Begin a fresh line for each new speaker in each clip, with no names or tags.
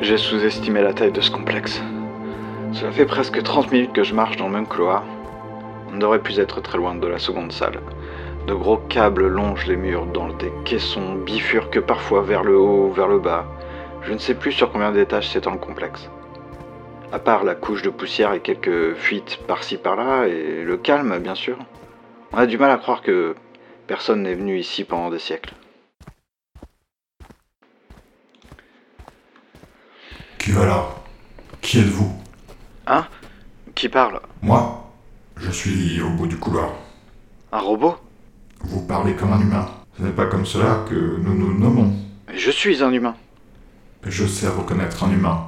j'ai sous-estimé la taille de ce complexe. Cela fait presque 30 minutes que je marche dans le même couloir. On ne devrait plus être très loin de la seconde salle. De gros câbles longent les murs dans des caissons, bifurquent parfois vers le haut ou vers le bas. Je ne sais plus sur combien d'étages s'étend le complexe. À part la couche de poussière et quelques fuites par-ci par-là, et le calme, bien sûr. On a du mal à croire que personne n'est venu ici pendant des siècles.
Qui va là Qui êtes-vous
Hein Qui parle
Moi Je suis au bout du couloir.
Un robot
Vous parlez comme un humain. Ce n'est pas comme cela que nous nous nommons.
Mais Je suis un humain.
Mais je sais reconnaître un humain,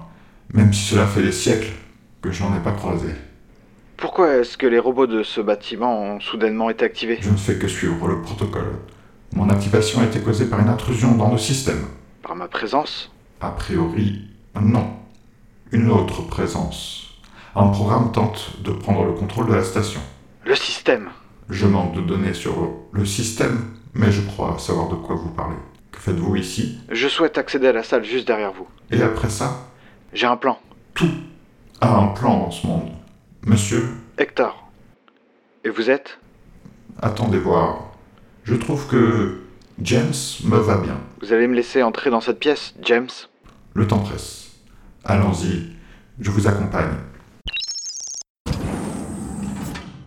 même si cela fait des siècles que je n'en ai pas croisé.
Pourquoi est-ce que les robots de ce bâtiment ont soudainement été activés
Je ne fais que suivre le protocole. Mon activation a été causée par une intrusion dans le système.
Par ma présence
A priori, non. Une autre présence. Un programme tente de prendre le contrôle de la station.
Le système
Je manque de données sur le système, mais je crois savoir de quoi vous parlez. Que faites-vous ici
Je souhaite accéder à la salle juste derrière vous.
Et après ça,
J'ai un plan.
tout a un plan dans ce monde. Monsieur,
Hector. Et vous êtes
attendez voir. Je trouve que James me va bien.
Vous allez me laisser entrer dans cette pièce, James
Le temps presse. Allons-y, je vous accompagne.